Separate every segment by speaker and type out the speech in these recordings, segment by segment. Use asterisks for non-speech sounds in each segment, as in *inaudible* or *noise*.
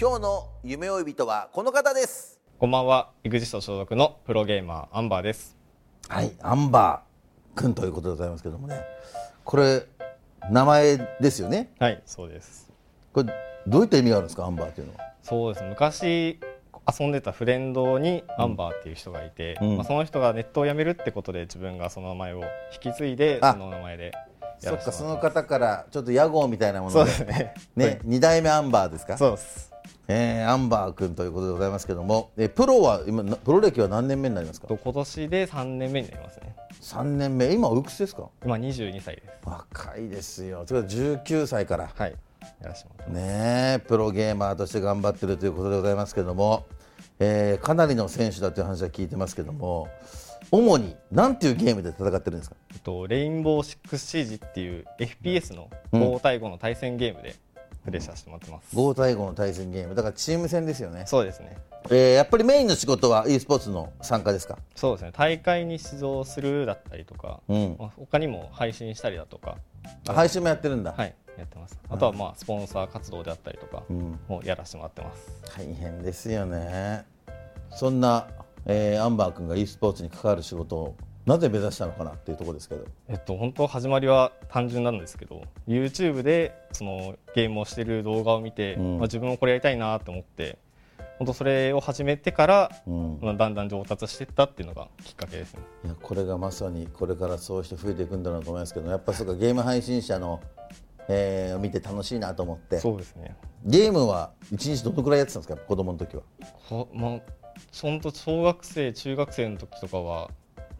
Speaker 1: 今日の夢追い人はこの方です
Speaker 2: こんばんは、EXIST 所属のプロゲーマー、アンバーです。
Speaker 1: はいアンバー君ということでございますけどもねこれ名前ですよね
Speaker 2: はい、そうです。
Speaker 1: これどういった意味があるんですかアンバーというのは
Speaker 2: そうです。昔、遊んでたフレンドにアンバーっていう人がいて、
Speaker 1: うん
Speaker 2: まあ、その人がネットを辞めるってことで自分がその名前を引き継いで、
Speaker 1: あ
Speaker 2: その名前でや
Speaker 1: そ
Speaker 2: ら
Speaker 1: っ
Speaker 2: せ
Speaker 1: か
Speaker 2: て
Speaker 1: そ
Speaker 2: もら
Speaker 1: の
Speaker 2: って
Speaker 1: 方からちょっと屋号みたいなも
Speaker 2: ま
Speaker 1: の
Speaker 2: そう
Speaker 1: で
Speaker 2: ですね。
Speaker 1: ね、二代目アンバーですか
Speaker 2: *laughs* そうです。
Speaker 1: えー、アンバー君ということでございますけども、えープロは今なプロ歴は何年目になりますか
Speaker 2: と今年で3年目になりますね。
Speaker 1: 3年目今おいくつですか
Speaker 2: 今22歳です。
Speaker 1: 若いですよということで19歳から、
Speaker 2: はい、やらせてもらってます。
Speaker 1: ねえプロゲーマーとして頑張ってるということでございますけども、えーかなりの選手だという話は聞いてますけども主に何ていうゲームで戦ってるんですか
Speaker 2: えっとレインボーシックスシージっていう FPS の5対5の対戦ゲームでプレイさせてもらってます。
Speaker 1: 5対5の対戦ゲームだからチーム戦ですよね、
Speaker 2: そうですね。
Speaker 1: えーやっぱりメインの仕事は e スポーツの参加ですか
Speaker 2: そうですね大会に出場するだったりとか、
Speaker 1: うん
Speaker 2: まあ他にも配信したりだとか、
Speaker 1: あ配信もやってるんだ、
Speaker 2: はい、やってますあとはまあスポンサー活動であったりとか
Speaker 1: うん
Speaker 2: もやらせてもらってます、
Speaker 1: 大変ですよねそんな、えーアンバー君が e スポーツに関わる仕事をなぜ目指したのかなっていうところですけど
Speaker 2: えっと本当始まりは単純なんですけど YouTube でそのゲームをしてる動画を見て、
Speaker 1: うん
Speaker 2: まあ、自分もこれやりたいなと思って本当それを始めてから、
Speaker 1: うん
Speaker 2: まあ、だんだん上達していったっていうのがきっかけですね
Speaker 1: いやこれがまさにこれからそうして増えていくんだろうと思いますけどやっぱそうかゲーム配信者の、えー見て楽しいなと思って
Speaker 2: そうですね
Speaker 1: ゲームは1日どのくらいやってたんですか子供の時は
Speaker 2: こまあ、本当小学生中学生の時とかは、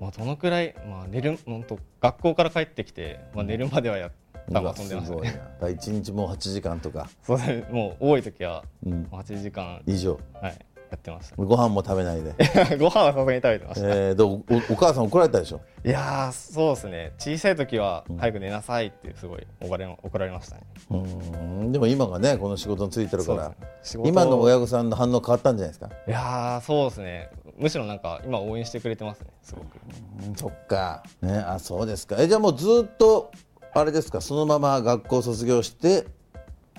Speaker 2: まあ、どのくらい、まあ、寝る本当学校から帰ってきて、まあ、寝るまではやった
Speaker 1: うわ
Speaker 2: 遊ん
Speaker 1: す
Speaker 2: でました
Speaker 1: ごい
Speaker 2: ね
Speaker 1: なだから1日もう8時間とか、
Speaker 2: *laughs* そうですねもう多い時は
Speaker 1: うん、
Speaker 2: 8時間、
Speaker 1: 以上
Speaker 2: はい、やってました、
Speaker 1: ご飯も食べないで、
Speaker 2: *laughs* ご飯はさすがに食べてました、
Speaker 1: えー、でおおお母さん怒られたでしょ
Speaker 2: いやーそうですね小さい時は早く寝なさいってすごい怒られ怒られましたね
Speaker 1: うーんでも今がねこの仕事についてるか
Speaker 2: そうです
Speaker 1: ら
Speaker 2: ね、仕事
Speaker 1: 今の親御さんの反応変わったんじゃないですか、
Speaker 2: いやーそうですねむしろなんか今応援してくれてますねすごく
Speaker 1: そっかねあそうですかえじゃあもうずっとあれですかそのまま学校卒業して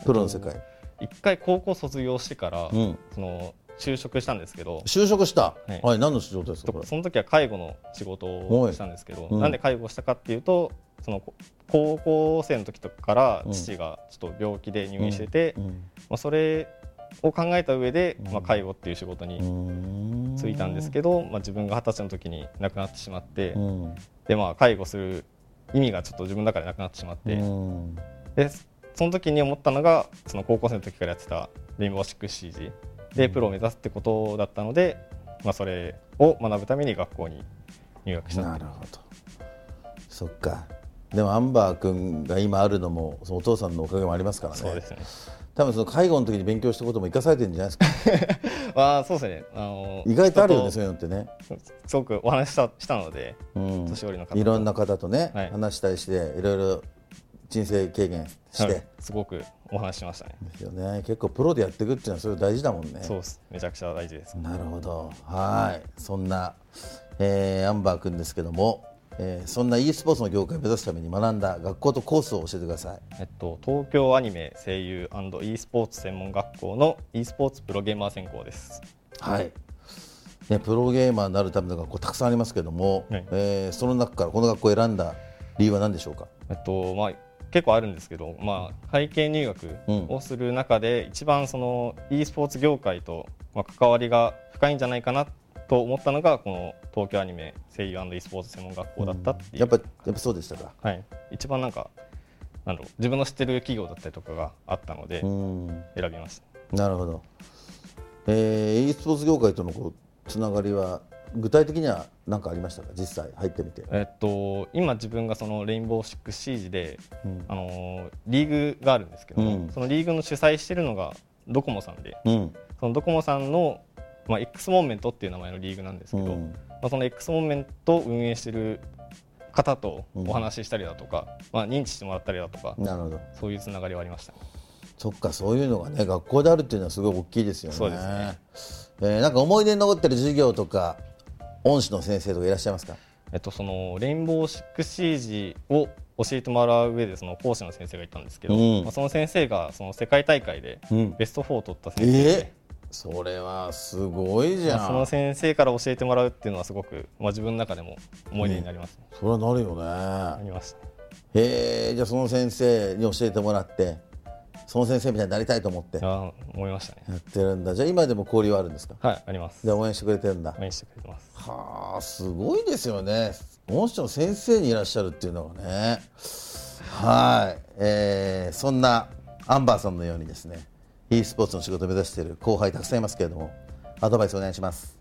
Speaker 1: プロの世界
Speaker 2: 一回高校卒業してから、
Speaker 1: うん
Speaker 2: その就職したんですけど
Speaker 1: 就職したは
Speaker 2: はいい、
Speaker 1: 何の仕事ですかこれ
Speaker 2: その時は介護の仕事をしたんですけど、
Speaker 1: うん
Speaker 2: なんで介護したかっていうとその高校生の時とかから父がちょっと病気で入院してて、
Speaker 1: うん
Speaker 2: まあ、それを考えた上で、
Speaker 1: うん
Speaker 2: まあ、介護っていう仕事に
Speaker 1: うーん
Speaker 2: 就いたんですけど、まあ、自分が二十歳の時に亡くなってしまって、
Speaker 1: うん
Speaker 2: でまあ、介護する意味がちょっと自分の中でなくなってしまって、
Speaker 1: うん
Speaker 2: でその時に思ったのがその高校生の時からやってたレインボーシックスシージでプロを目指すってことだったので、まあ、それを学ぶために学校に入学したっていう
Speaker 1: なるほどそっかでもアンバー君が今あるのもそのお父さんのおかげもありますからね
Speaker 2: そうですね。
Speaker 1: 多分その介護の時に勉強したことも生かされてるんじゃないですか
Speaker 2: まあそうですね。あの
Speaker 1: 意外とあるよね
Speaker 2: 人
Speaker 1: そういうのってね
Speaker 2: とすごくお話ししたしたので、
Speaker 1: うん
Speaker 2: 年寄りの方と
Speaker 1: いろんな方とね、
Speaker 2: はい
Speaker 1: 話したりしていろいろ人生経験して、
Speaker 2: はいすごくお話ししましたね。
Speaker 1: ですよね結構プロでやっていくっていうのはそれ大事だもんね
Speaker 2: そうです。めちゃくちゃ大事です。
Speaker 1: なるほどはいそんな、えーアンバー君ですけども、えーそんな e スポーツの業界を目指すために学んだ学校とコースを教えてください
Speaker 2: えっと東京アニメ声優 &e スポーツ専門学校の e スポーツプロゲーマー専攻です。
Speaker 1: はい、ね、プロゲーマーになるための学校たくさんありますけども、
Speaker 2: はい
Speaker 1: えーその中からこの学校を選んだ理由は何でしょうか
Speaker 2: えっとまあ結構あるんですけど、まあ、会計入学をする中で一番その e スポーツ業界とまあ関わりが深いんじゃないかなと思ったのがこの東京アニメ声優 &e スポーツ専門学校だったっていう、
Speaker 1: やっぱやっぱそうでしたか。
Speaker 2: はい、一番なんかなんだろう自分の知ってる企業だったりとかがあったので
Speaker 1: うん
Speaker 2: 選びました。
Speaker 1: なるほど、えー、e スポーツ業界とのこうつながりは具体的には何かありましたか実際入ってみて、
Speaker 2: えっと、今自分がそのレインボーシックスシージで、
Speaker 1: うん
Speaker 2: あのーリーグがあるんですけども、
Speaker 1: うん
Speaker 2: そのリーグの主催してるのがドコモさんで
Speaker 1: うん
Speaker 2: そのドコモさんの、まあ、X モーメントっていう名前のリーグなんですけど、
Speaker 1: うん
Speaker 2: まあ、その X モーメントを運営してる方と
Speaker 1: うん
Speaker 2: お話ししたりだとか、まあ、認知してもらったりだとか、
Speaker 1: なるほど
Speaker 2: そういうつながりはありましたね、
Speaker 1: そっかそういうのがね学校であるっていうのはすごい大きいですよね
Speaker 2: そうですね
Speaker 1: えーなんか思い出に残ってる授業とか恩師の先生とかいらっしゃいますか
Speaker 2: えっと、そのレインボーシックスシージを教えてもらう上でその講師の先生がいたんですけど、
Speaker 1: うん
Speaker 2: まあ、その先生がその世界大会で
Speaker 1: うん
Speaker 2: ベスト4を取った先生で、
Speaker 1: えー、それはすごいじゃん、
Speaker 2: その先生から教えてもらうっていうのはすごく、まあ、自分の中でも思い出になります、ね
Speaker 1: それはなるよね
Speaker 2: ありましたね
Speaker 1: へえじゃあその先生に教えてもらってその先生みたいになりたいと思ってや
Speaker 2: あー思いましたね
Speaker 1: ってるんだじゃあ今でも交流はあるんですか
Speaker 2: はいあります
Speaker 1: で応援してくれてるんだ
Speaker 2: 応援してくれてます
Speaker 1: はあすごいですよね恩師の先生にいらっしゃるっていうのはねはい、えーそんなアンバーさんのようにですね e スポーツの仕事を目指している後輩たくさんいますけれどもアドバイスお願いします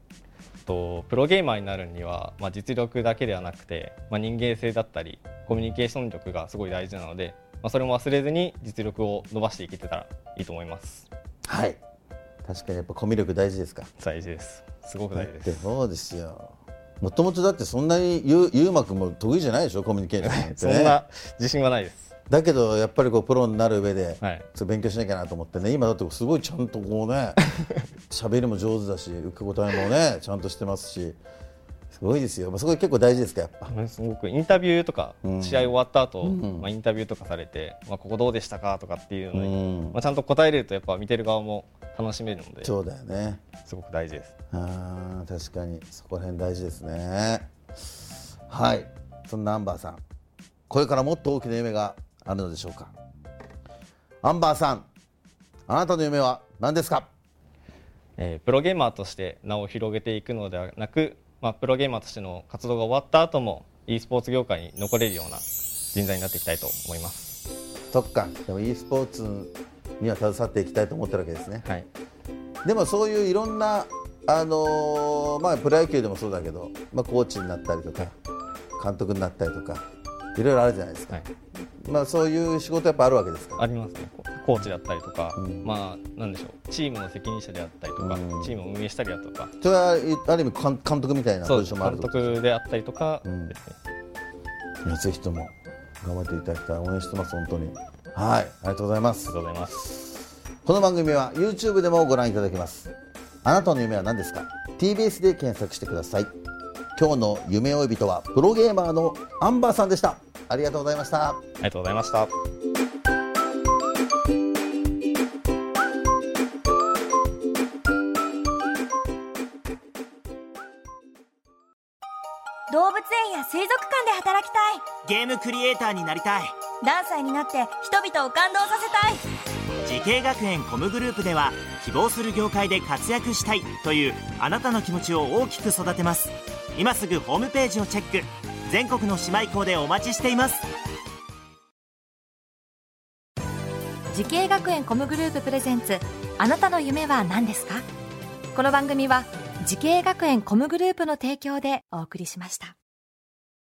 Speaker 2: とプロゲーマーになるには、まあ、実力だけではなくて、まあ、人間性だったりコミュニケーション力がすごい大事なので、まあ、それも忘れずに実力を伸ばしていけてたらいいと思います
Speaker 1: はい確かにやっぱコミュ力大事ですか
Speaker 2: 大事ですすごく大事です
Speaker 1: でそうですよもともとだってそんなにゆゆうまくんも得意じゃないでしょコミュニケーションなんて
Speaker 2: そ
Speaker 1: *laughs* ね
Speaker 2: んな自信はないです
Speaker 1: だけどやっぱりこうプロになる上で、
Speaker 2: はい
Speaker 1: ちょっと勉強しなきゃなと思ってね今だってすごいちゃんとこうね
Speaker 2: *laughs*
Speaker 1: 喋りも上手だし受け答えもねちゃんとしてますしすごいですよ、まあ、そこ結構大事ですかやっぱ
Speaker 2: すごくインタビューとか、
Speaker 1: うん
Speaker 2: 試合終わった後、
Speaker 1: うん
Speaker 2: まあインタビューとかされて、まあ、ここどうでしたかとかっていうのに、
Speaker 1: うん
Speaker 2: まあ、ちゃんと答えれるとやっぱ見てる側も楽しめるので
Speaker 1: そうだよね
Speaker 2: すごく大事です
Speaker 1: あー確かにそこら辺大事ですねはいそんなアンバーさんこれからもっと大きな夢があるのでしょうかアンバーさんあなたの夢は何ですか
Speaker 2: えープロゲーマーとして名を広げていくのではなく、まあ、プロゲーマーとしての活動が終わった後も e スポーツ業界に残れるような人材になっていきたいと思います、
Speaker 1: そっかでも e スポーツには携わっていきたいと思ってるわけですね
Speaker 2: はい、
Speaker 1: でもそういういろんな、あのーまあ、プロ野球でもそうだけど、まあ、コーチになったりとか監督になったりとかいろいろあるじゃないですか、
Speaker 2: はい、
Speaker 1: まあ、そういう仕事やっぱあるわけですか
Speaker 2: ありますねこうコーチだったりとか、
Speaker 1: うん
Speaker 2: まあなんでしょうチームの責任者であったりとか、
Speaker 1: うん
Speaker 2: チームを運営したりだとか
Speaker 1: それはある意味監監督みたいな
Speaker 2: そ
Speaker 1: ポ
Speaker 2: う
Speaker 1: ジ
Speaker 2: です
Speaker 1: ションもある
Speaker 2: 監
Speaker 1: ってことで
Speaker 2: 督であったりとかです
Speaker 1: うん
Speaker 2: ね、
Speaker 1: いやぜひとも頑張っていただきたい応援してます本当にはいありがとうございます
Speaker 2: ありがとうございます
Speaker 1: この番組は YouTube でもご覧いただけますあなたの夢は何ですか TBS で検索してください今日の夢追い人はプロゲーマーのアンバーさんでしたありがとうございました
Speaker 2: ありがとうございました
Speaker 3: 動物園や水族館で働きたい
Speaker 4: ゲームクリエイターになりたい
Speaker 3: 何歳になって人々を感動させたい
Speaker 4: 時系学園コムグループでは希望する業界で活躍したいというあなたの気持ちを大きく育てます今すぐホームページをチェック全国の姉妹校でお待ちしています
Speaker 5: 時系学園コムグループプレゼンツあなたの夢は何ですかこの番組は時系学園コムグループの提供でお送りしました